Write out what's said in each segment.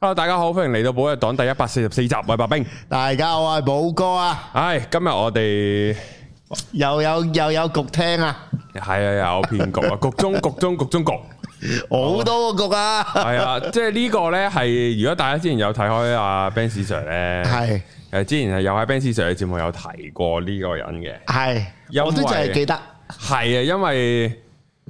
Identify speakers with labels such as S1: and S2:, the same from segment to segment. S1: Hello，大家好，歡迎嚟到寶藥黨第一百四十四集，我係白冰。
S2: 大家好，我係寶哥啊，
S1: 唉，今日我哋
S2: 又有又有局聽啊，
S1: 係啊有騙局啊，局中局中局中局，
S2: 好多個局啊，
S1: 係啊，即係呢個呢，係，如果大家之前有睇開阿 Ben Sir 呢，
S2: 係
S1: 誒之前係有喺 Ben Sir 嘅節目有提過呢個人嘅，
S2: 係，
S1: 因為
S2: 我都就係記得，
S1: 係啊，因為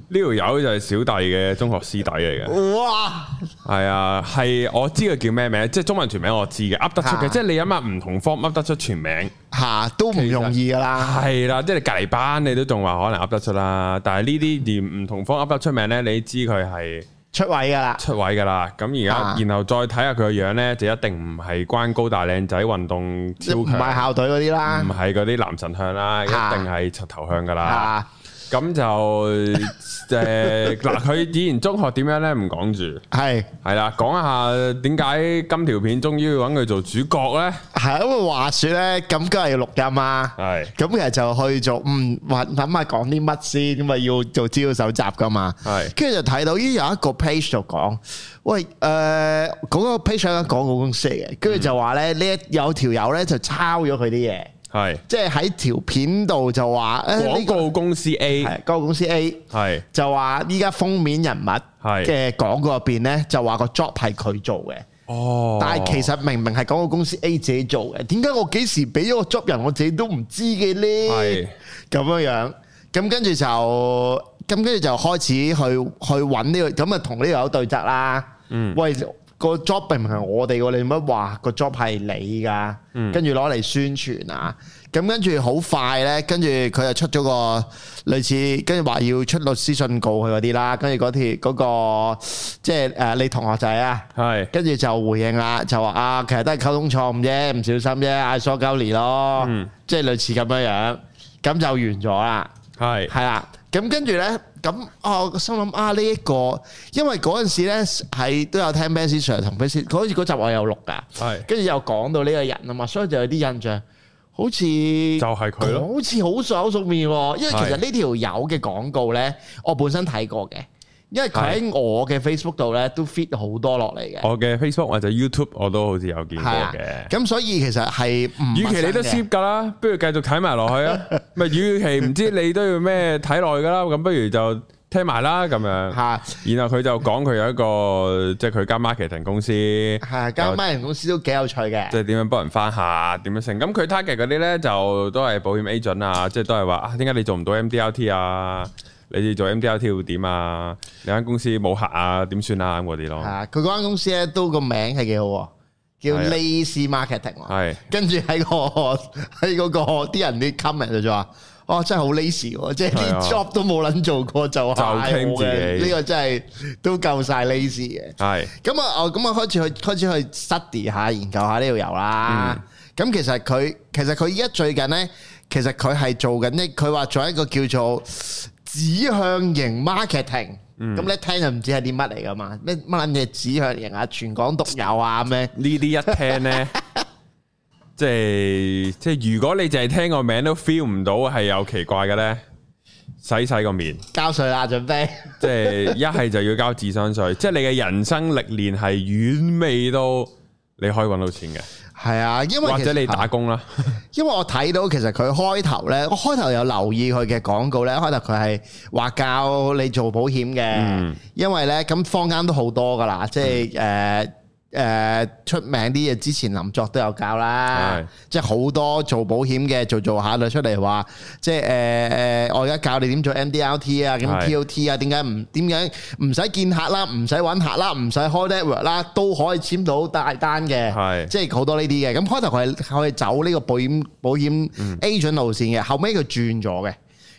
S1: 呢條友就係小弟嘅中學師弟嚟嘅，
S2: 哇，
S1: 係啊，係我知佢叫咩名，即係中文全名我知嘅，噏得出嘅，
S2: 啊
S1: 即係你諗下唔同方噏得出全名。
S2: 吓都唔容易噶啦，
S1: 係啦，即係你隔離班你都仲話可能噏得出啦，但係呢啲連唔同方噏得出名呢，你知佢係
S2: 出位噶啦，
S1: 出位噶啦。咁而家，
S2: 啊
S1: 然後再睇下佢個樣呢，就一定唔係關高大靚仔運動超
S2: 唔係
S1: 強，
S2: 校隊嗰啲啦
S1: 唔，係嗰啲男神向啦，一定
S2: 啊
S1: 係柒頭向噶啦。
S2: 啊，
S1: 咁就誒 嗱，佢以前中學點樣呢？唔講住，
S2: 係
S1: 係啦，講一下點解今條片終於要揾佢做主角呢？
S2: 係因為話說咧，咁今日要錄音啊。
S1: 係
S2: 咁其實就去做，嗯，揾諗下講啲乜先，咁啊要做資料搜集噶嘛。
S1: 係
S2: 跟住就睇到咦有一個 page 就講，喂呃誒嗰、個 page 係一間廣告公司嚟嘅，跟住就話
S1: 嗯
S2: 咧呢一有條友咧就抄咗佢啲嘢，
S1: 係
S2: 即係喺條片度就話誒
S1: 廣
S2: 呢個
S1: 告公司 A
S2: 係廣告公司 A
S1: 係
S2: 就話依家封面人物
S1: 係
S2: 嘅廣告入邊咧就話個 job 係佢做嘅。
S1: 哦，
S2: 但係其實明明係廣告公司 A 自己做嘅，點解我幾時俾咗個 job 人我自己都唔知嘅
S1: 係
S2: 呢？咁樣樣，咁跟住就咁跟住就開始去去揾呢、個，咁啊同呢個有對質啦。嗯，喂，個 job 明明係我哋喎，你乜話個 job 係你㗎？跟住攞嚟宣傳啊！咁跟住好快呢，跟住佢就出咗個類似，跟住話要出律師信告佢嗰啲啦。跟住嗰條嗰個即係誒你同學仔啊。
S1: 係
S2: 跟住就回應啦，就話啊，其實都係溝通錯誤啫，唔小心啫，嗌疏鳩年咯，
S1: 嗯
S2: 即係類似咁樣樣，咁就完咗啦，
S1: 係
S2: 係啦。咁跟住呢，咁啊我心諗啊呢一個，因為嗰陣時呢係都有聽 Ben Sir 同 Ben Sir，好似嗰集我有錄噶，
S1: 係
S2: 跟住又講到呢個人啊嘛，所以就有啲印象，好似
S1: 就
S2: 就
S1: 係佢咯，
S2: 好似好熟口熟面喎。因為其實
S1: 係
S2: 呢條友嘅廣告呢，我本身睇過嘅，因為佢喺我嘅 Facebook 度呢，都 fit 好多落嚟嘅。
S1: 我嘅 Facebook 或者 YouTube 我都好似有見過
S2: 係啊
S1: 嘅。
S2: 咁所以其實係唔
S1: 與其你都
S2: 陌生
S1: skip 噶啦，不如繼續睇埋落 去啊！咪與其唔知你都要咩睇落去噶啦，咁不如就聽埋啦咁
S2: 嘅
S1: 樣。
S2: 嚇
S1: 然後佢就講佢有一個即係佢間 marketing 公司，即
S2: 係間孖人公司都幾有趣嘅，
S1: 係點樣幫人翻下，點樣成。咁佢 target 嗰啲咧就都係保險 agent 啊，即係都係話啊，點解你做唔到 MDRT 啊？你做 MDRT 會點啊？你間公司冇客啊，點算啊？咁嗰啲咯，
S2: 嚇佢嗰間公司咧都個名係幾好喎，叫
S1: 係啊
S2: Lazy Marketing 喎。
S1: 係
S2: 跟住喺個 喺嗰個啲人啲 comment 度就話：哦，真係好 lazy 喎，即係
S1: 係啊
S2: 啲 job 都冇撚做過就
S1: 就
S2: 係
S1: 傾
S2: 我嘅
S1: 自己
S2: 呢個真係都夠晒 lazy 嘅。
S1: 係
S2: 咁啊，我咁啊開始去開始去 study 下研究下呢條友啦。咁、其實佢其實佢依家最近呢，其實佢係做緊呢，佢話做一個叫做指向型 marketing。咁你一聽就唔知係啲乜嚟噶嘛？咩乜撚嘢指向型啊，全港獨有啊咁樣。
S1: 呢啲一聽 呢，即係即係如果你淨係聽個名都 feel 唔到係有奇怪嘅呢，洗洗個面，
S2: 交税啦，準備。
S1: 即 係一係就要交智商税，即係你嘅人生歷練係遠未到你可以揾到錢嘅，
S2: 係啊，因為
S1: 或
S2: 其
S1: 者
S2: 實
S1: 你打工啦，
S2: 因為我睇到其實佢開頭呢，我開頭有留意佢嘅廣告呢。開頭佢係話教你做保險嘅，因為呢，咁坊間都好多噶啦，即係誒誒出名啲嘢之前林作都有教啦
S1: 係，
S2: 即係好多做保險嘅做做下就出嚟話，即係誒誒我而家教你點做 MDRT 啊，
S1: 係
S2: 咁 TOT 啊，點解唔點解唔使見客啦，唔使揾客啦，唔使開 network 啦，都可以簽到大單嘅。
S1: 係
S2: 即係好多呢啲嘅。咁開頭佢係佢係走呢個保險保險
S1: 嗯
S2: agent 路線嘅，後尾佢轉咗嘅，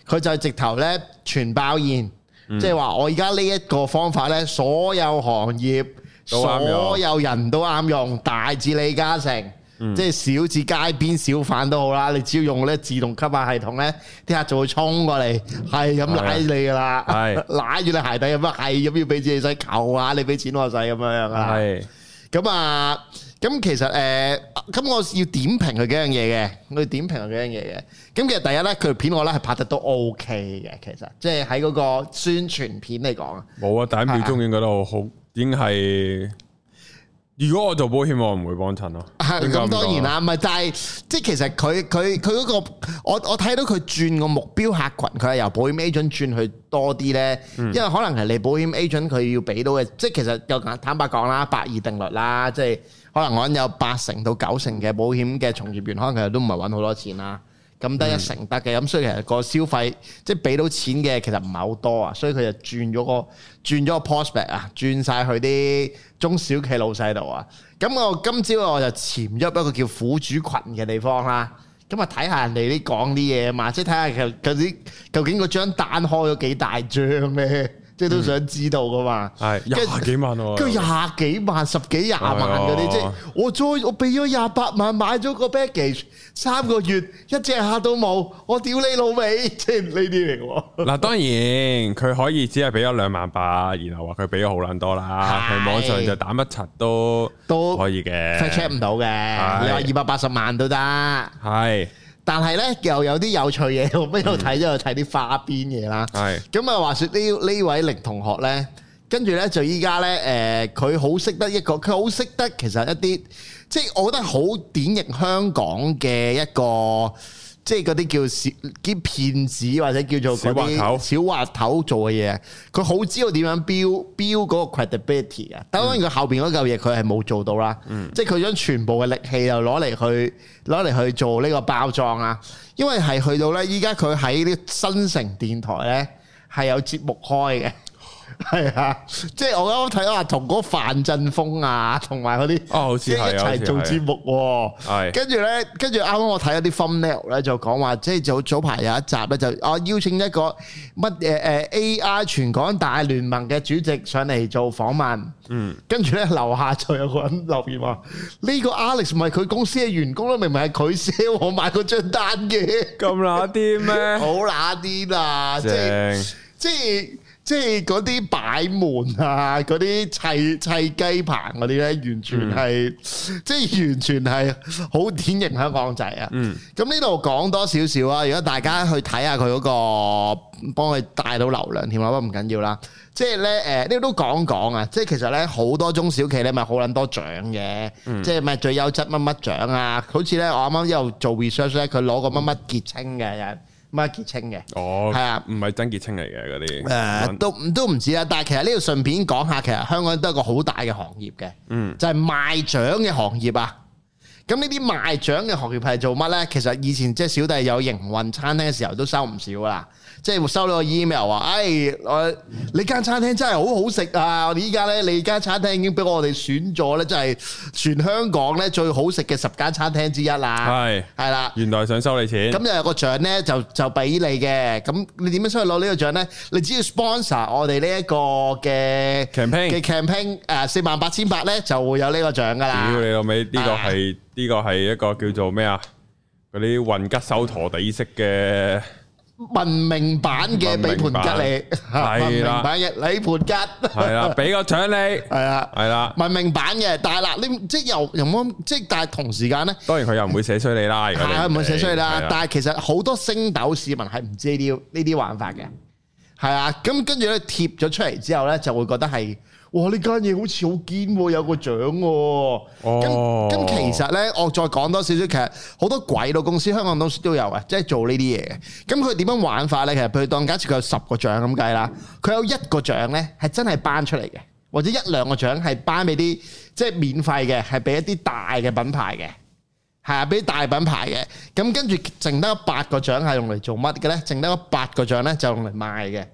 S2: 佢就直頭咧全包現，
S1: 嗯
S2: 即係話我而家呢一個方法咧，所有行業、
S1: 都啱用
S2: 所有人都啱用，大至李嘉誠。
S1: 嗯
S2: 即係小至街邊小販都好啦，你只要用咧自動吸客系統咧，啲客就會衝過嚟，係咁拉你噶啦，
S1: 係
S2: 拉住你鞋底咁啊，係咁要俾自己使，求下你俾錢我使咁樣樣噶啦。
S1: 係
S2: 咁啊，咁其實誒，咁、我要點評佢幾樣嘢嘅，我要點評佢幾樣嘢嘅。咁其實第一咧，佢條片我咧係拍得都 O K 嘅，其實即係喺嗰個宣傳片嚟講啊，啊
S1: 冇啊！第一秒鐘已經覺得好好，已經係如果我做保險，我唔會幫襯咯。
S2: 係
S1: 啊應該
S2: 啊咁
S1: 講
S2: 當然，啦，唔係，但係即係其實佢佢佢嗰個，我我睇到佢轉個目標客群，佢係由保險 agent 轉去多啲咧，
S1: 嗯
S2: 因為可能係你保險 agent 佢要俾到嘅，即係其實又坦白講啦，百二定律啦，即係可能我諗有八成到九成嘅保險嘅從業員，可能佢都唔係揾好多錢啦。咁得一成得嘅，咁所以其實個消費即係俾到錢嘅其實唔係好多啊，所以佢就轉咗個轉咗個 prospect 啊，轉晒去啲中小企老細度啊。咁我今朝我就潛入一個叫苦主群嘅地方啦，咁啊睇下人哋啲講啲嘢啊嘛，即係睇下佢究竟究竟嗰張單開咗幾大張咧，即係都想知道噶嘛。
S1: 係
S2: 跟住
S1: 廿幾萬喎。
S2: 跟住廿幾萬、十幾廿萬
S1: 哎
S2: 嗰啲，
S1: 呀
S2: 即係我再我俾咗廿八萬買咗個 package，三個月一隻客都冇，我屌你老味，即係呢啲嚟喎。
S1: 嗱，當然佢可以只係俾咗兩萬八，然後話佢俾咗好撚多啦。
S2: 係
S1: 佢網上就打乜柒都
S2: 都
S1: 可以嘅。
S2: fact check 唔到嘅，你話二百八十萬都得，
S1: 係
S2: 但係咧又有啲有趣嘢，我不度睇咗睇啲花邊嘢啦。
S1: 係
S2: 咁啊，話説呢呢位凌同學呢，跟住呢就依家呢，誒佢好識得一個，佢好識得其實一啲，即係我覺得好典型香港嘅一個，即係嗰啲叫小啲騙子或者叫做
S1: 小
S2: 嗰
S1: 滑
S2: 啲
S1: 頭
S2: 小滑頭做嘅嘢，佢好知道點樣標標嗰個 credibility 嘅。當然佢後邊嗰嚿嘢佢係冇做到啦，
S1: 嗯
S2: 即係佢將全部嘅力氣又攞嚟去攞嚟去做呢個包裝啊。因為係去到呢，依家佢喺呢新城電台呢。係有節目開嘅。係啊，即係我啱啱睇啊，同嗰范振峰啊，同埋嗰啲
S1: 哦好似
S2: 即
S1: 係
S2: 係
S1: 好
S2: 一
S1: 似
S2: 齊
S1: 係
S2: 做節目喎、
S1: 係
S2: 跟住咧，跟住啱啱我睇咗啲 thumbnail 咧，就講話即係早早排有一集咧，就啊邀請一個乜嘢誒 AI 全港大聯盟嘅主席上嚟做訪問。嗯，跟住咧樓下就有個人留言話：呢、個 Alex 唔係佢公司嘅員工啦，明明係佢 sell 我買嗰張單 嘅，
S1: 咁乸啲 咩？
S2: 好乸啲啦，哦即係。
S1: 正
S2: 即係即係嗰啲擺門啊，嗰啲砌砌雞棚嗰啲咧，完全係、即係完全係好典型香港仔啊！咁呢度講多少少啊，如果大家去睇下佢嗰、個幫佢帶到流量添啊啦，不過唔緊要啦。即係咧誒，呃呢度都講講啊，即係其實咧好多中小企咧咪好撚多獎嘅，即係咪最優質乜乜獎啊？好似咧我啱啱一路做 research 咧，佢攞個乜乜結清嘅，有人乜乜結清嘅。
S1: 哦，
S2: 係啊
S1: 唔係曾潔清嚟嘅嗰啲。
S2: 誒都都唔止啦，但係其實呢度順便講下，其實香港都係一個好大嘅行業嘅，
S1: 嗯
S2: 就係賣獎嘅行業啊。咁呢啲賣獎嘅行業係做乜呢？其實以前即係小弟有營運餐廳嘅時候都收唔少啦，即係收到個 email 話：，誒、我你間餐廳真係好好食啊！我哋依家呢，你間餐廳已經俾我哋選咗呢，就係全香港呢最好食嘅十間餐廳之一啦。
S1: 係
S2: 係啦。
S1: 原來想收你錢。
S2: 咁就有個獎咧，就就俾你嘅。咁你點樣先去攞呢個獎咧？你只要 sponsor 我哋呢一個嘅
S1: Campaign
S2: 嘅 campaign，誒四萬八千八咧就會有呢個獎噶
S1: 屌你
S2: 啦。
S1: 老味，呢個
S2: 啊
S1: 係呢個係一個叫做咩啊？嗰啲混吉手陀地式 嘅，
S2: 文明版嘅俾盤吉你，啊文
S1: 係
S2: 明
S1: 啦
S2: 版嘅你盤吉，
S1: 係啦，俾個獎你，
S2: 係啊，
S1: 係啦。
S2: 文明版嘅。但係嗱，你即係又又冇咁，即係但係同時間咧。
S1: 當然佢又唔會寫衰你啦，如果你
S2: 係唔會寫出去
S1: 係啊
S2: 啦。但係其實好多星斗市民係唔知呢啲呢啲玩法嘅，係啊。咁跟住咧貼咗出嚟之後咧，就會覺得係哇呢間嘢好似好堅喎，有個獎喎。咁
S1: 哦
S2: 咁其實咧，我再講多少少，其實好多鬼佬公司香港都都有啊，即係做呢啲嘢嘅。咁佢點樣玩法咧？其實譬如當假設佢有十個獎咁計啦，佢有一個獎咧係真係頒出嚟嘅，或者一兩個獎係頒俾啲即係免費嘅，係俾一啲大嘅品牌嘅。係啊，俾大品牌嘅，咁跟住剩得八個獎係用嚟做乜嘅咧？剩得八個獎咧就用嚟賣嘅。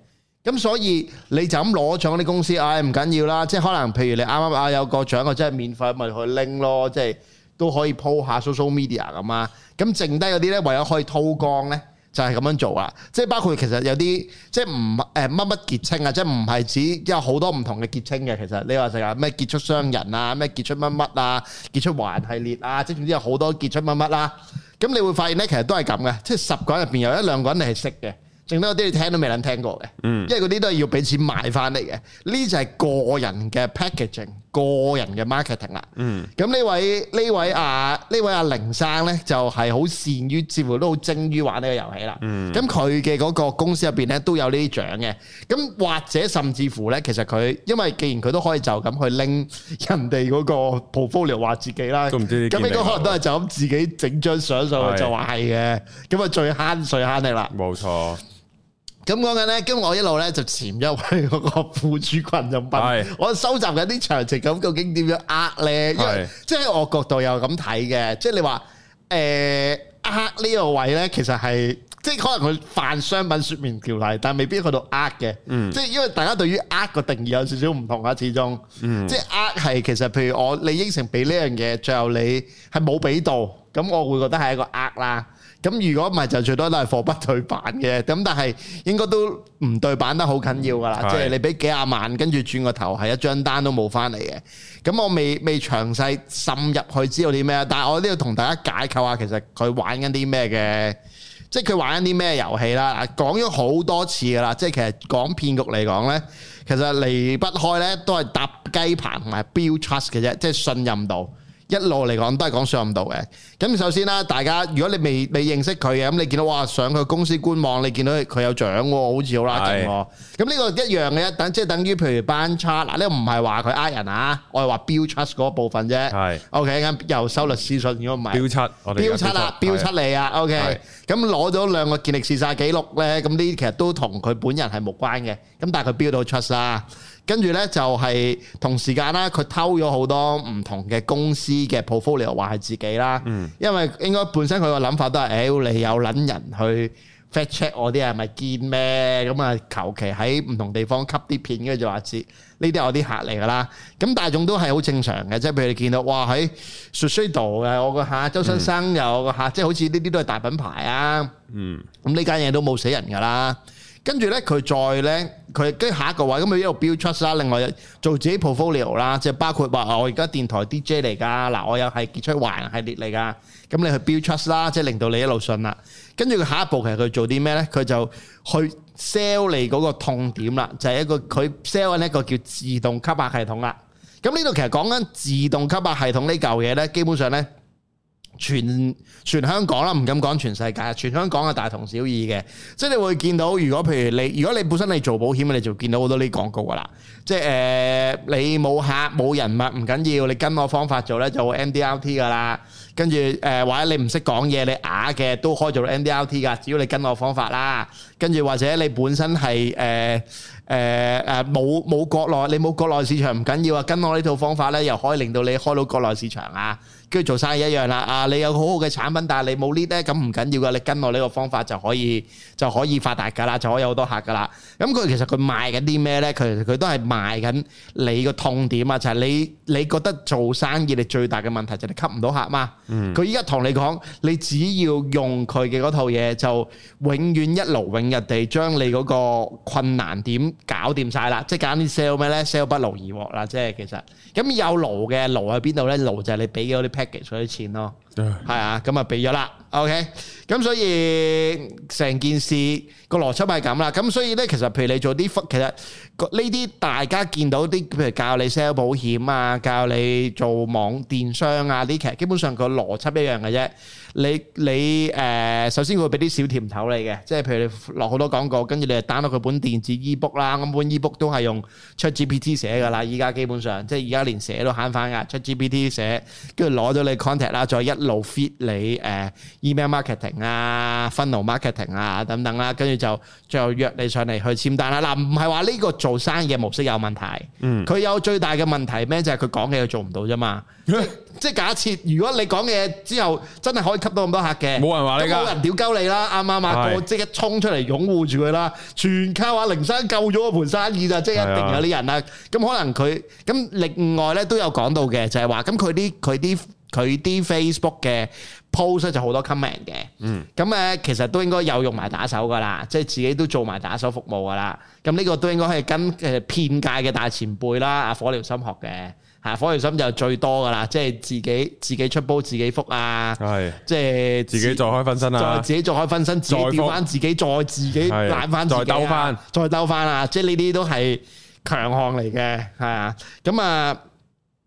S2: 咁所以你就咁攞獎啲公司，唉唔緊要啦，即係可能譬如你啱啱啊有個獎啊，真係免費咪去拎咯，即係都可以 po 下 social media 咁啊。咁剩低嗰啲咧，為咗可以韜光咧，就係咁樣做啊。即係包括其實有啲即係唔誒乜乜結清啊，即係唔係指有好多唔同嘅結清嘅。其實你話成日咩結出商人啊，咩結出乜乜啊，結出環系列啊，即係總之有好多結出乜乜啦。咁你會發現咧，其實都係咁嘅，即係十個人入邊有一兩個人你係識嘅，剩低嗰啲你聽都未撚聽過嘅，
S1: 嗯
S2: 因為嗰啲都係要俾錢買翻嚟嘅。呢就係個人嘅 packaging，個人嘅 marketing 啦。
S1: 嗯
S2: 咁呢位呢位啊呢位阿凌生呢，就係好善於，似乎都好精於玩呢個遊戲啦。
S1: 嗯
S2: 咁佢嘅嗰個公司入邊呢，都有呢啲獎嘅。咁或者甚至乎呢，其實佢因為既然佢都可以就咁去拎 人哋嗰個 portfolio 話自己啦，
S1: 都唔知啲
S2: 咁應該
S1: 見地
S2: 可能都係就咁自己整張相上
S1: 啊係
S2: 去就話係嘅。咁啊最慳最慳力啦。
S1: 冇錯，
S2: 咁講緊咧，咁我一路咧就潛入去嗰個苦主群入
S1: 係
S2: 邊，我收集緊啲詳情，咁究竟點樣呃咧？因
S1: 係
S2: 為即係我角度又咁睇嘅，即係你話誒呃呢個位咧，其實係即係可能佢犯商品説明條例，但未必去到呃嘅。即係因為大家對於呃個定義有少少唔同啊，始終，即係呃係其實譬如我你應承俾呢樣嘢，最後你係冇俾到，咁我會覺得係一個呃啦。咁如果唔係就最多都係貨不對版嘅，咁但係應該都唔對版得好緊要㗎啦，
S1: 係
S2: 即係你俾幾廿萬，跟住轉個頭係一張單都冇翻嚟嘅。咁我未未詳細滲入去知道啲咩，但係我呢度同大家解構下其實佢玩緊啲咩嘅，即係佢玩緊啲咩遊戲啦。嗱講咗好多次㗎啦，即係其實講騙局嚟講呢，其實離不開呢都係搭雞棚同埋 build trust 嘅啫，即係信任度。一路嚟講都係講上唔到嘅。咁首先啦，大家如果你未未認識佢嘅，咁你見到哇上佢公司官網，你見到佢有獎喎，好似好啦勁喎。咁呢個一樣嘅，等即係等於譬如班差嗱，呢個唔係話佢呃人啊，我係話 build trust 嗰部分啫。
S1: 係
S2: OK，咁又收律師信，如果唔係
S1: 標。七，我哋
S2: 標七啦，標七嚟啊
S1: 係
S2: ，OK。咁攞咗兩個健力士晒記錄咧，咁呢啲其實都同佢本人係無關嘅。咁但係佢標到 trust 啦，跟住咧就係同時間啦，佢偷咗好多唔同嘅公司嘅 portfolio 話係自己啦。因為應該本身佢個諗法都係，誒你有撚人去。fact check 我啲係咪堅咩？咁啊，求其喺唔同地方吸啲片，跟住就話知呢啲係我啲客嚟㗎啦。咁大眾都係好正常嘅，即係譬如你見到哇喺 s u s h i d o 嘅我個客，周生生有我個客，即係好似呢啲都係大品牌啊。
S1: 嗯，
S2: 咁呢間嘢都冇死人㗎啦。跟住咧，佢再咧，佢跟住下一個位，咁佢一路 build trust 啦。另外做自己 portfolio 啦，即係包括話我而家電台 DJ 嚟㗎，嗱我又係傑出華人系列嚟㗎。咁你去 build trust 啦，即係令到你一路信啦。跟住佢下一步其實佢做啲咩咧？佢就去 sell 你嗰個痛點啦，就係、一個佢 sell 緊一個叫自動吸客系統啦。咁呢度其實講緊自動吸客系統呢嚿嘢咧，基本上咧。全全香港啦，唔敢講全世界，全香港係大同小異嘅。即係你會見到，如果譬如你，如果你本身你做保險嘅，你就見到好多呢啲廣告噶啦。即係誒、呃你冇客冇人物唔緊要，你跟我方法做咧就會 MDRT 噶啦。跟住誒、呃或者你唔識講嘢，你啞嘅都可以做到 MDRT 噶，只要你跟我方法啦。跟住或者你本身係誒誒誒冇冇國內，你冇國內市場唔緊要啊，跟我呢套方法咧又可以令到你開到國內市場啊。跟住做生意一樣啦。啊，你有好好嘅產品，但係你冇 lead 咧，咁唔緊要噶，你跟我呢個方法就可以就可以發達噶啦，就可以有好多客噶啦。咁佢其實佢賣緊啲咩咧？佢佢都係賣緊你個痛點啊，就係、你你覺得做生意你最大嘅問題就係你吸唔到客嘛。佢依家同你講，你只要用佢嘅嗰套嘢，就永遠一勞永逸地將你嗰個困難點搞掂晒啦。即係簡單啲 sell 咩咧？sell 不勞而獲啦，即係其實咁有勞嘅勞喺邊度咧？勞就係你俾嗰啲 package 嗰啲錢咯。係啊，咁啊俾咗啦，OK，咁所以成件事個邏輯係咁啦，咁所以咧，其實譬如你做啲忽，其實個呢啲大家見到啲，譬如教你 sell 保險啊，教你做網電商啊，呢啲其實基本上個邏輯一樣嘅啫。你你誒、呃首先佢會俾啲小甜頭你嘅，即係譬如你落好多廣告，跟住你就 download 佢本電子 ebook 啦，咁本 ebook 都係用 ChatGPT 寫㗎啦，依家基本上即係而家連寫都慳翻㗎，ChatGPT 寫，跟住攞咗你 contact 啦，再一路 fit 你誒、呃 email marketing 啊、funnel marketing 啊等等啦，跟住就最後約你上嚟去簽單啦。嗱、唔係話呢個做生意嘅模式有問題，佢、有最大嘅問題咩？就係佢講嘅嘢做唔到啫嘛。 即係假設，如果你講嘢之後真係可以吸到咁多客嘅，
S1: 冇人話你㗎
S2: 咁冇人屌鳩你啦，啱唔啱啊？
S1: 係
S2: 個即刻衝出嚟擁護住佢啦，全靠阿靈山救咗嗰盤生意咋，即係一定有啲人啦。咁可能佢咁另外咧都有講到嘅，就係話咁佢啲佢啲佢啲 Facebook 嘅 post 呢就好多 comment 嘅。嗯，咁誒其實都應該有用埋打手噶啦，即係自己都做埋打手服呃務噶啦。咁呢個都應該係跟誒騙界嘅大前輩啦，阿火療心學嘅。嚇火炬心就最多噶啦，即係自己自己出煲自己覆啊，
S1: 係
S2: 即係
S1: 自己再開分身
S2: 再
S1: 啊，
S2: 自己再開分身，自
S1: 再
S2: 己
S1: 覆
S2: 調翻自己，再自己
S1: 係
S2: 攬翻自己啊
S1: 再兜返，
S2: 再兜翻啊！即係呢啲都係強項嚟嘅，係啊。咁啊，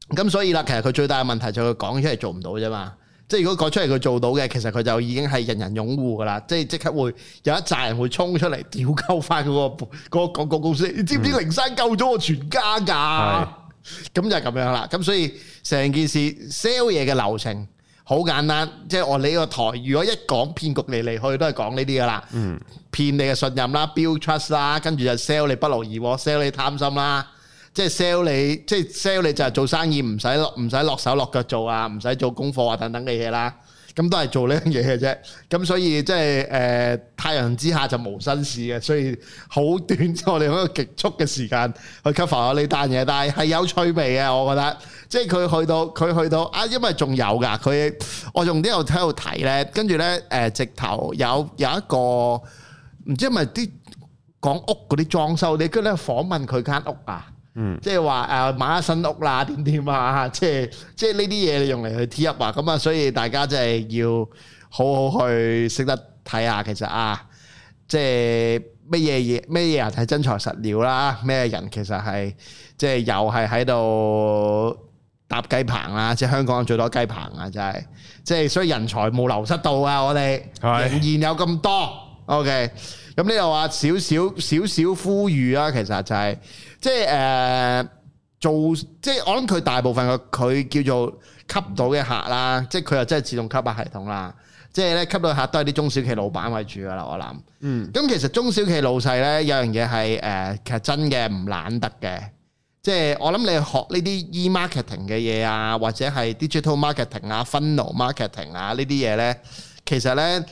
S2: 咁所以啦，其實佢最大嘅問題就係佢講出嚟做唔到啫嘛。即係如果講出嚟佢做到嘅，其實佢就已經係人人擁護噶啦，即係即刻會有一扎人會衝出嚟屌鳩翻嗰個嗰個廣告公司，你知唔知
S1: 嗯
S2: 靈山救咗我全家㗎？咁就係咁樣啦。咁所以成件事 sell 嘢嘅流程好簡單，即係我哋呢個台，如果一講騙局嚟嚟去都係講呢啲噶啦。嗯，騙你嘅信任啦，build trust 啦，跟住就 sell 你不勞而獲，sell 你貪心啦。即係 sell 你，即係 sell 你就係做生意唔使落唔使落手落腳做啊，唔使做功課啊等等嘅嘢啦。咁都係做呢樣嘢嘅啫。咁所以即係誒、呃太陽之下就無新事嘅，所以好短我哋嗰個極速嘅時間去 cover 咗呢單嘢，但係係有趣味嘅，啊我覺得。即係佢去到佢去到啊，因為仲有㗎，佢我仲啲度喺度睇咧，跟住咧誒直頭有有一個唔知係咪啲講屋嗰啲裝修啲，跟住咧訪問佢間屋啊。即係話誒買咗新屋啦，點點啊， 即係即係呢啲嘢你用嚟去 T up 啊，咁啊，所以大家真係要好好去識得睇下，其實啊，即係乜嘢嘢咩嘢人係真材實料啦，咩人其實係即係又係喺度搭雞棚啦，即係香港最多雞棚啊，真係，即係所以人才冇流失到啊，我哋
S1: 係
S2: 仍然有咁多。OK，咁呢度話少少少少呼籲啊啦，其實就係、即係誒、做，即係我諗佢大部分嘅佢叫做吸到嘅客啦，即係佢又真係自動吸客系統啦。即係咧吸到嘅客都係啲中小企老闆為主噶啦，我諗。嗯。咁其實中小企老細咧有樣嘢係誒，其實真嘅唔懶得嘅。即係我諗你學呢啲 e marketing 嘅嘢啊，或者係 digital marketing 啊、funnel marketing 啊呢啲嘢呢，其實呢，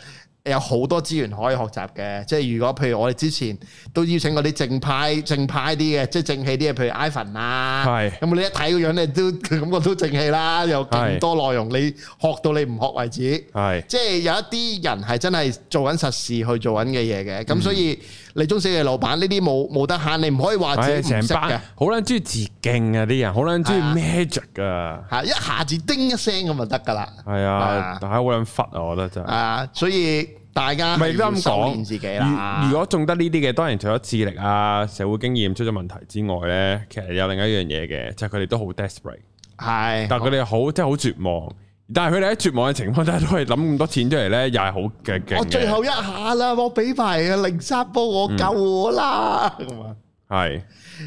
S2: 有好多資源可以學習嘅。即係如果譬如我哋之前都邀請嗰啲正派正派啲嘅，即係正氣啲嘅，譬如 Ivan 啊，
S1: 係
S2: 咁你一睇個樣你都感覺都正氣啦，有咁多內容你學到你唔學為止。
S1: 係
S2: 即係有一啲人係真係做緊實事去做緊嘅嘢嘅，咁所以你中小嘅老闆呢啲冇冇得慳，你唔可以話
S1: 嗯唉
S2: 自己唔
S1: 成
S2: 識嘅
S1: 班。好撚中意自敬啊啲人，好撚中意
S2: 係啊
S1: magic 噶，
S2: 吓一下子叮一聲咁就得噶啦。
S1: 係啊，大家好撚忽啊，我覺得真係。
S2: 啊，所以大家
S1: 唔係亦都
S2: 要
S1: 咁
S2: 收
S1: 講，
S2: 斂自己
S1: 如
S2: 啦。
S1: 如果中得呢啲嘅，當然除咗智力啊、社會經驗出咗問題之外咧，其實有另一樣嘢嘅，就係佢哋都好 desperate，
S2: 嗯係，
S1: 但係佢哋好即係好絕望。但係佢哋喺絕望嘅情況底下，都係諗咁多錢出嚟咧，又係好嘅勁嘅。
S2: 我最後一下啦，我俾埋零三波，我救我啦，咁啊，
S1: 係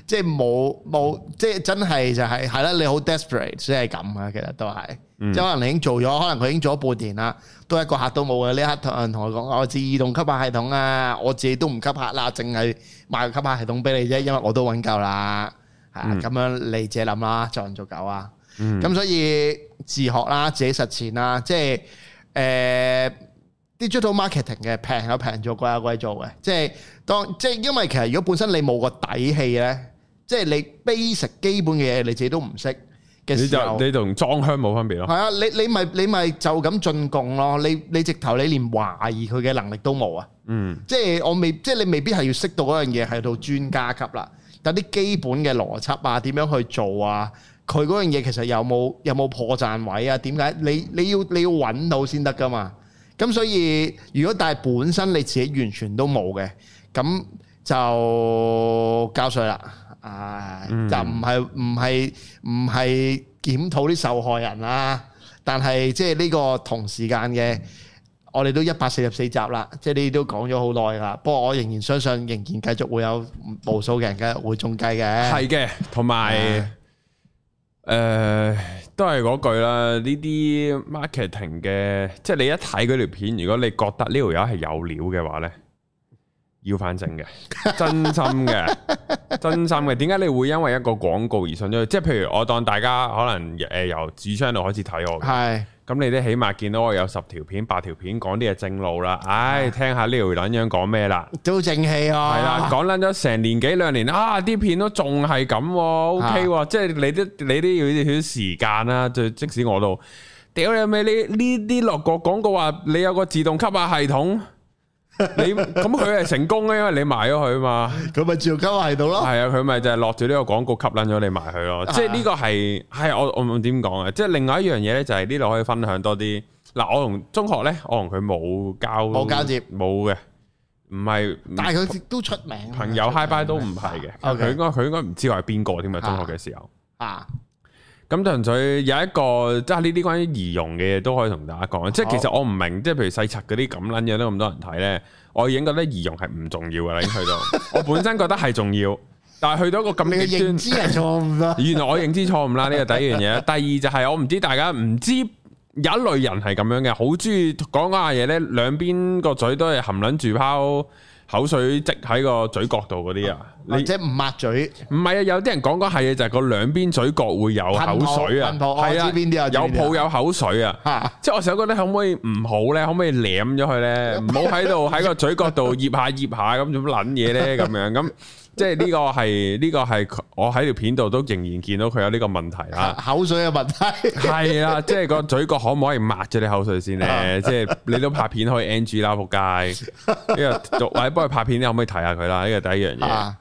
S2: 即係冇冇，即係真係就係係啦，你好 desperate 先係咁啊，其實都係，即係可能你已經做咗，可能佢已經做咗半年啦，都一個客都冇嘅。呢一刻有人同我講，我自動吸客系統啊，我自己都唔吸客啦，淨係賣個吸客系統俾你啫，因為我都揾夠啦，係啊，咁樣你自己諗啦，做人做狗啊。
S1: 嗯
S2: 咁所以自學啦，自己實踐啦，即係誒、呃 digital marketing 嘅平有平做，貴有貴做嘅。即係當即係因為其實如果本身你冇個底氣咧，即係你 basic 基本嘅嘢你自己都唔識嘅
S1: 你
S2: 時
S1: 就
S2: 候，
S1: 你同裝香冇分別咯
S2: 係。啊，你你咪你咪就咁進貢咯。你你直頭你連懷疑佢嘅能力都冇啊！
S1: 嗯，
S2: 即係我未，即係你未必係要識到嗰樣嘢係到專家級啦。但啲基本嘅邏輯啊，點樣去做啊？佢嗰樣嘢其實有冇有冇破綻位啊？點解你你要你要揾到先得噶嘛？咁所以如果但係本身你自己完全都冇嘅，咁就交税啦。啊，就唔係唔係唔係檢討啲受害人啦，但係即係呢個同時間嘅。我哋都一百四十四集啦，即係呢啲都講咗好耐啦。不過我仍然相信，仍然繼續會有無數嘅人繼續會中計嘅。
S1: 係嘅，同埋
S2: 係
S1: 誒都係嗰句啦。呢啲 marketing 嘅，即係你一睇嗰條片，如果你覺得呢條友係有料嘅話咧，要反省嘅，真心嘅，真心嘅。點解你會因為一個廣告而信咗佢？即係譬如我當大家可能誒由主 channel 開始睇我嘅，
S2: 係
S1: 咁你都起碼見到我有十條片、八條片講啲嘢正路啦。唉，聽下呢條撚樣講咩啦。
S2: 都正氣啊！
S1: 系啦，講撚咗成年幾兩年啊，啲片都仲係咁喎，OK 喎，即係你都你都要少少時間啦。就即使我 度，屌你咪呢呢啲落個廣告話你有個自動吸下系統，你咁佢係成功咧，因為你賣咗佢嘛。
S2: 咁咪照交喺度咯。
S1: 係啊，佢咪就係落住呢個廣告吸引咗你埋佢咯。即係呢個係係我我唔點講啊。即係另外一樣嘢咧，就係呢度可以分享多啲。嗱，我同中學咧，我同佢冇交
S2: 冇交接
S1: 冇嘅，唔係
S2: 但係佢都出名，
S1: 朋友 high bye 都唔係嘅。
S2: OK
S1: 佢應該佢應該唔知我係邊個添啊！中學嘅時候。
S2: 啊，
S1: 咁純粹有一個即係呢啲關於儀容嘅嘢都可以同大家講，即係其實我唔明，即係譬如細賊嗰啲咁撚樣都咁多人睇呢，我已經覺得儀容係唔重要噶啦，已經去到 我本身覺得係重要，但係去到一個
S2: 你
S1: 咁
S2: 嘅
S1: 極
S2: 認
S1: 端，
S2: 知係錯誤啦。
S1: 原來我認知錯誤啦，呢個第一樣 嘢。第二就係我唔知大家唔知有一類人係咁樣嘅，好中意講嗰下嘢呢，兩邊個嘴都係含撚住拋口水積喺個嘴角度嗰啲啊，
S2: 或
S1: 你
S2: 者唔抹嘴，
S1: 唔係啊，有啲人講嗰係嘢就係個兩邊嘴角會有口水啊，
S2: 噴泡噴泡我
S1: 係啊，
S2: 知邊啲啊知邊
S1: 有
S2: 啲啊
S1: 泡 有口水啊，
S2: 嚇
S1: 即係我成日覺得可唔可以唔好咧，可唔可以舐咗佢 咧，唔好喺度喺個嘴角度醃下醃下咁做乜撚嘢咧咁樣咁，即係呢個係呢個係我喺條片度都仍然見到佢有呢個問題啦。
S2: 口水 嘅問題。
S1: 系 啦，即系个嘴角可唔可以抹咗你口水先咧？即系你都拍片可以 NG 啦，仆 街！呢个或者帮佢拍片，你可唔可以提下佢啦？呢個第一樣嘢。
S2: 啊，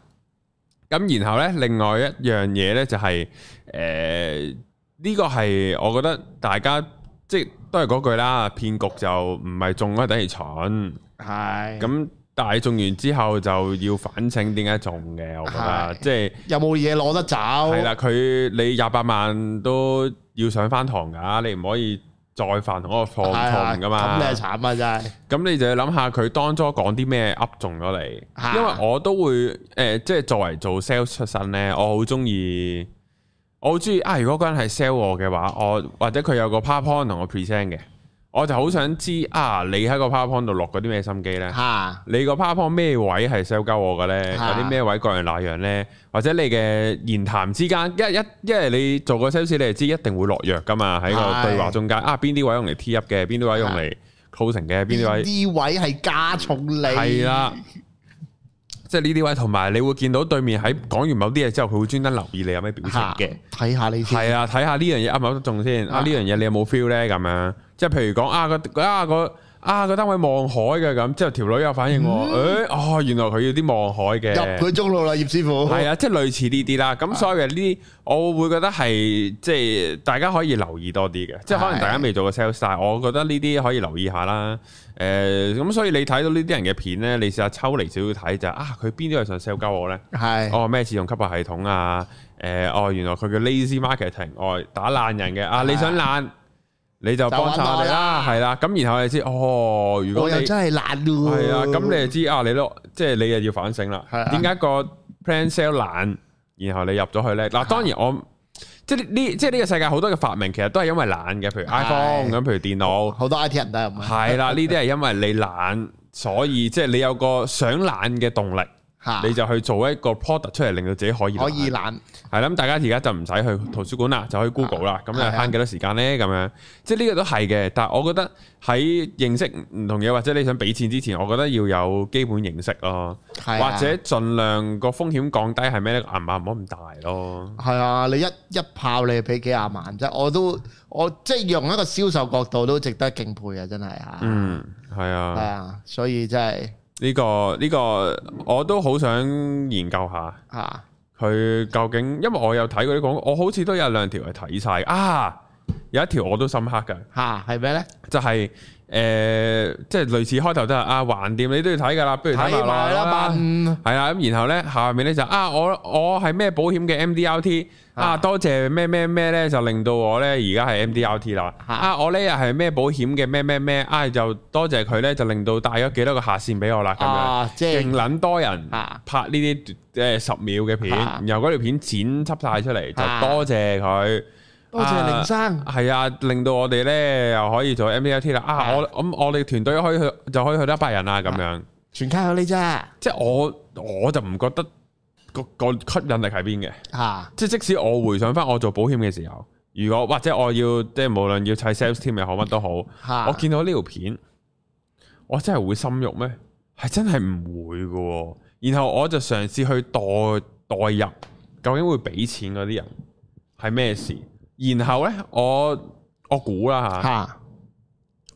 S1: 咁然後咧，另外一樣嘢咧就係、誒、呢、個係我覺得大家即係都係嗰句啦，騙局就唔係中啊咗等於蠢，
S2: 係。
S1: 咁但係中完之後就要反省點解中嘅，我覺得
S2: 係
S1: 即係
S2: 有冇嘢攞得走？
S1: 係
S2: 係
S1: 啦，佢你廿八萬都要上翻堂㗎，你唔可以再犯同一個錯錯誤㗎嘛。
S2: 咁你係慘 啊，真係。
S1: 咁你就要諗下佢當初講啲咩噏中咗你，
S2: 啊
S1: 因為我都會誒、呃即係作為做 sales 出身呢，我好中意，我好中意啊！如果嗰個人係 sell 我嘅話，我或者佢有個 PowerPoint 同我 present 嘅，我就好想知啊，你喺個 PowerPoint 度落嗰啲咩心機呢？
S2: 嚇
S1: 你個 PowerPoint 咩位係 sell 鳩我嘅咧？
S2: 啊
S1: 有啲咩位各樣那樣咧？或者你嘅言談之間，一一因為你做個 sales，你係知一定會落藥噶嘛？喺個
S2: 係
S1: 對話中間啊，邊啲位用嚟 T up 嘅，邊啲位用嚟 closing 嘅，邊啲位
S2: 呢位係加重你？
S1: 係啦。即係呢啲位，同埋你會見到對面喺講完某啲嘢之後，佢會專登留意你有咩表情
S2: 嚇，
S1: 嘅。
S2: 睇下你先。
S1: 係啊，睇下呢樣嘢啱唔啱得中先。啊，
S2: 啊
S1: 呢樣嘢你有冇 feel 咧？咁樣，即係譬如講啊個啊個啊個單位望海嘅咁，之後條女有反應喎。誒哦，原來佢要啲望海
S2: 嗯入
S1: 嘅。
S2: 佢中路啦，葉師傅。
S1: 係啊，即係類似呢啲啦。咁所以嘅呢啲，我會覺得係即係大家可以留意多啲嘅。即係可能
S2: 係
S1: 大家未做過 sales，但係我覺得呢啲可以留意下啦。誒，咁所以你睇到呢啲人嘅片咧，你試下抽離少少睇就係啊，佢邊啲係想 sell 鳩我咧？
S2: 係。
S1: 哦咩自動吸客系統啊？誒、哦原來佢叫 lazy marketing，哦打爛人嘅啊，你想爛你就幫襯我哋啦，係啦，咁然後你知哦，如
S2: 我
S1: 果
S2: 又
S1: 你
S2: 真係懶喎。
S1: 係啊，咁你就知啊，你都即係你又要反省啦
S2: 係，啊
S1: 點解個 plan sale 爛，然後你入咗去咧？
S2: 啊
S1: 嗱，當然我。即係呢，即係呢個世界好多嘅發明，其實都係因為懶嘅，譬如 iPhone 咁，譬如電腦，
S2: 好多 I T 人都係咁啊。
S1: 係啦，呢啲係因為你懶，所以即係你有個想懶嘅動力，
S2: 嚇，
S1: 你就去做一個 product 出嚟，令到自己可以
S2: 啊可
S1: 懶
S2: 以懶。
S1: 係啦，咁大家而家就唔使去圖書館啦，就去 Google 啦，咁就
S2: 係啊
S1: 慳幾多時間呢？咁樣即係呢個都係嘅，但係我覺得喺認識唔同嘢或者你想俾錢之前，我覺得要有基本認識咯，
S2: 係啊
S1: 或者盡量個風險降低係咩咧？銀碼唔好咁大咯，
S2: 係啊，你一一炮你俾幾廿萬啫，我都我即係用一個銷售角度都值得敬佩啊！真係啊，
S1: 嗯，係
S2: 係
S1: 啊，
S2: 啊，所以真係
S1: 呢個呢個我都好想研究下。
S2: 啊，
S1: 佢究竟，因為我有睇嗰啲廣告，我好似都有兩條係睇晒啊，有一條我都深刻嘅，
S2: 嚇係咩咧？
S1: 就係、呃即係類似開頭都係啊，橫掂你都要睇㗎啦，不如睇
S2: 睇
S1: 埋
S2: 埋
S1: 落
S2: 啦，
S1: 啦。
S2: 笨
S1: 係啦，咁然後呢，下面呢就啊，我我係咩保險嘅 MDRT 啊，
S2: 啊
S1: 多謝咩咩咩呢，就令到我呢而家係 MDRT 啦。
S2: 嚇
S1: 啊，我呢又係咩保險嘅咩咩咩啊，就多謝佢呢，就令到帶咗幾多個下線俾我啦咁樣。
S2: 啊，即
S1: 勁
S2: 係
S1: 撚多人
S2: 啊
S1: 拍呢啲誒十秒嘅片，
S2: 啊
S1: 然後嗰條片剪輯晒出嚟，
S2: 啊
S1: 就多謝佢。
S2: 多謝
S1: 啊
S2: 凌生。
S1: 係啊，令到我哋咧又可以做 MDRT 啦。啊，
S2: 啊
S1: 我咁我哋團隊可以去就可以去得一百人啊啦，咁樣。
S2: 全靠你咋
S1: 即係我我就唔覺得個個吸引力喺邊嘅。
S2: 嚇
S1: 即係即使我回想翻我做保險嘅時候，如果或者我要即係無論要砌 sales team 又好乜都好，
S2: 嚇，
S1: 我見到呢條片，我真係會心喐咩？係真係唔會嘅喎。然後我就嘗試去代代入，究竟會俾錢嗰啲人啊係咩事？然後呢，我我估啦嚇。
S2: 嚇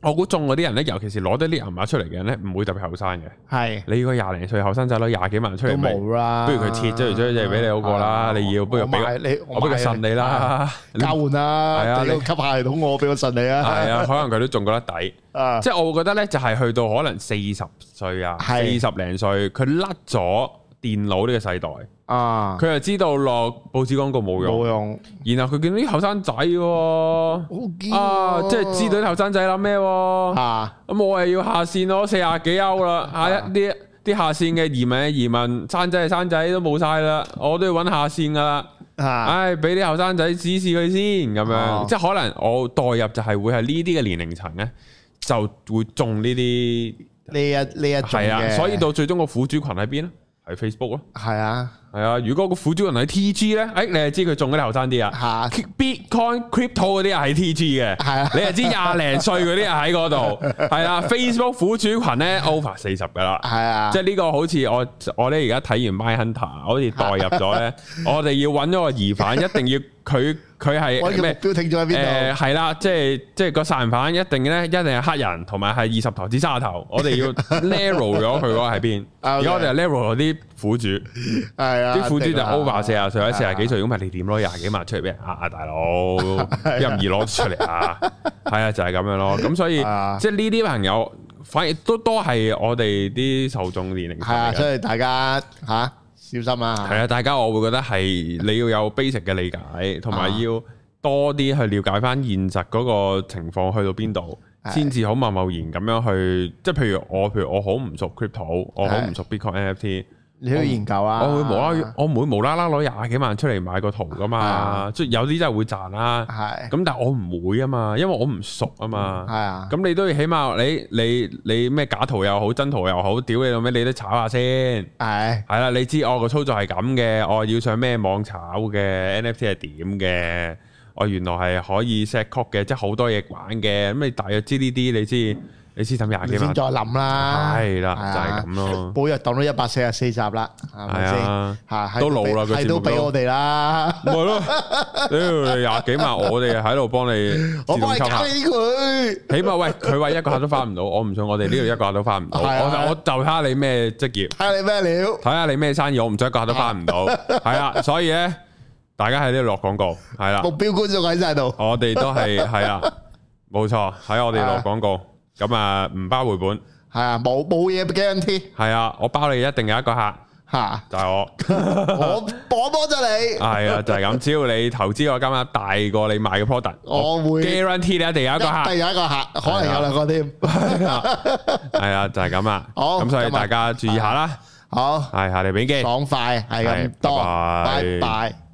S1: 我估中嗰啲人咧，尤其是攞得呢銀碼出嚟嘅人咧，唔會特別後生嘅。
S2: 係
S1: 你個廿零歲後生仔攞廿幾萬出
S2: 都
S1: 嚟，咪
S2: 冇啦。
S1: 不如佢切咗條出嚟俾你好過啦
S2: 啊
S1: 你要不如
S2: 我
S1: 俾
S2: 買你，
S1: 我俾佢信你 啦。
S2: 買，交換啦，
S1: 係啊
S2: 俾個
S1: 你
S2: 吸下嚟到我，俾個信你啊。
S1: 係啊，可能佢都中過得 底。
S2: 啊，
S1: 即係我會覺得咧，就係去到可能四十歲啊，四
S2: 係
S1: 十零歲，佢甩咗電腦呢個世代，
S2: 啊，
S1: 佢就知道落報紙廣告冇用
S2: 冇。啊用，
S1: 然後佢見到啲後生仔喎。
S2: 好堅
S1: 啊！即係知道啲後生仔諗咩喎？
S2: 啊，
S1: 咁我係要下線咯，四廿幾歐啦，下一啲啲下線嘅移民移民，生仔係生仔都冇晒啦，我都要揾下線噶啦。
S2: 啊，
S1: 唉，俾啲後生仔指示佢先咁
S2: 哦
S1: 樣，即係可能我代入就係會係呢啲嘅年齡層咧，就會中呢啲
S2: 呢一呢一種
S1: 係啊，
S2: 嘅
S1: 所以到最終個苦主群喺邊咧？喺 Facebook 咯，
S2: 係啊，
S1: 係啊。如果個苦主群喺 TG 咧，哎誒，你係知佢中嗰啲後生啲啊。
S2: 嚇
S1: Bitcoin、crypto 嗰啲係 TG 嘅，
S2: 係啊
S1: 你係知廿零歲嗰啲係喺嗰度， 係啦。Facebook 苦主群咧 over 四十噶啦，
S2: 係啊，
S1: 即係呢個好似我我咧而家睇完 My Hunter，好似代入咗 咧，我哋要揾咗個疑犯，一定要佢佢
S2: 我
S1: 係
S2: 嘅目
S1: 咩？
S2: 標定咗喺
S1: 誒
S2: 邊
S1: 係啦，即係即係個殺人犯一定咧，一定係黑人，同埋係二十頭至三十頭，我哋要 narrow 咗佢嗰個喺 邊。而
S2: 啊 OK
S1: 家我哋係 narrow 咗啲苦主，
S2: 度？係啊，
S1: 啲苦主
S2: 一
S1: 就
S2: 定啊
S1: over 四啊歲或者四啊幾歲，咁咪你點攞廿幾萬出嚟俾人呃啊，大 佬一唔易攞出嚟啊，係啊，就係咁樣咯。咁所以
S2: 啊
S1: 即係呢啲朋友，反而都多係我哋啲受眾年齡
S2: 係
S1: 層嚟
S2: 啊，
S1: 嘅
S2: 所以大家吓小心
S1: 係
S2: 啊！
S1: 啊，大家我會覺得係你要有 basic 嘅理解，同埋
S2: 啊
S1: 要多啲去了解翻現實嗰個情況去到邊度，
S2: 係
S1: 先至好貿貿然咁樣去，即係譬如我，譬如我好唔熟 crypto，我好唔熟 Bitcoin NFT，
S2: 你要研究啊！
S1: 我會無啦，我唔會無啦啦攞廿幾萬出嚟買個圖噶嘛，
S2: 啊
S1: 即係有啲真係會賺啦。
S2: 係
S1: 咁但係我唔會啊嘛，因為我唔熟啊嘛。
S2: 係啊，
S1: 咁你都要起碼你你你咩假圖又好，真圖又好，屌你老味，你都炒下先。
S2: 係
S1: 係啦，你知哦我個操作係咁嘅，我要上咩網炒嘅 NFT 係點嘅，我原來係可以 set code 嘅，即係好多嘢玩嘅。咁你大約知呢啲，你知你知抌廿
S2: 你
S1: 幾
S2: 先
S1: 萬
S2: 再，諗啦。
S1: 係啦，
S2: 啊
S1: 就係咁咯。
S2: 寶藥黨都一百四十四集啦，係咪
S1: 係
S2: 先？
S1: 啊，
S2: 吓係
S1: 都老啦個節目
S2: 係
S1: 都
S2: 都俾我哋啦，
S1: 咪咯，屌廿幾萬，我哋喺度幫你
S2: 我
S1: 自動
S2: 幫
S1: 吸
S2: 你搞
S1: 客。
S2: 起佢。
S1: 起碼喂，佢話一個客都翻唔到，我唔信我哋呢度一個客都翻唔到。
S2: 係啊係啊
S1: 我就我就睇下你咩職業。
S2: 睇下你咩料，
S1: 睇下你咩生意，我唔想一個客都翻唔到，係啦，所以咧，大家喺呢度落廣告，係啦
S2: 目，標觀眾喺晒度，
S1: 我哋都 係係啦，冇錯，喺我哋落廣告，咁啊唔包回本，
S2: 係啊，冇冇嘢 guarantee
S1: 係啊，我包你一定有一個客，
S2: 吓，
S1: 就係我，
S2: 我我幫咗你，
S1: 係啊，就係咁，只要你投資個金額大過你賣嘅 product，
S2: 我會
S1: guarantee 你一定有一個客啊
S2: 一定，有一個客，可能有兩個添。
S1: 係啊，就係咁啊，
S2: 好
S1: 咁所以
S2: 今日
S1: 大家注意下啦，
S2: 好，
S1: 係下嚟俾機。
S2: 爽快係咁多，
S1: 係拜拜
S2: 拜拜。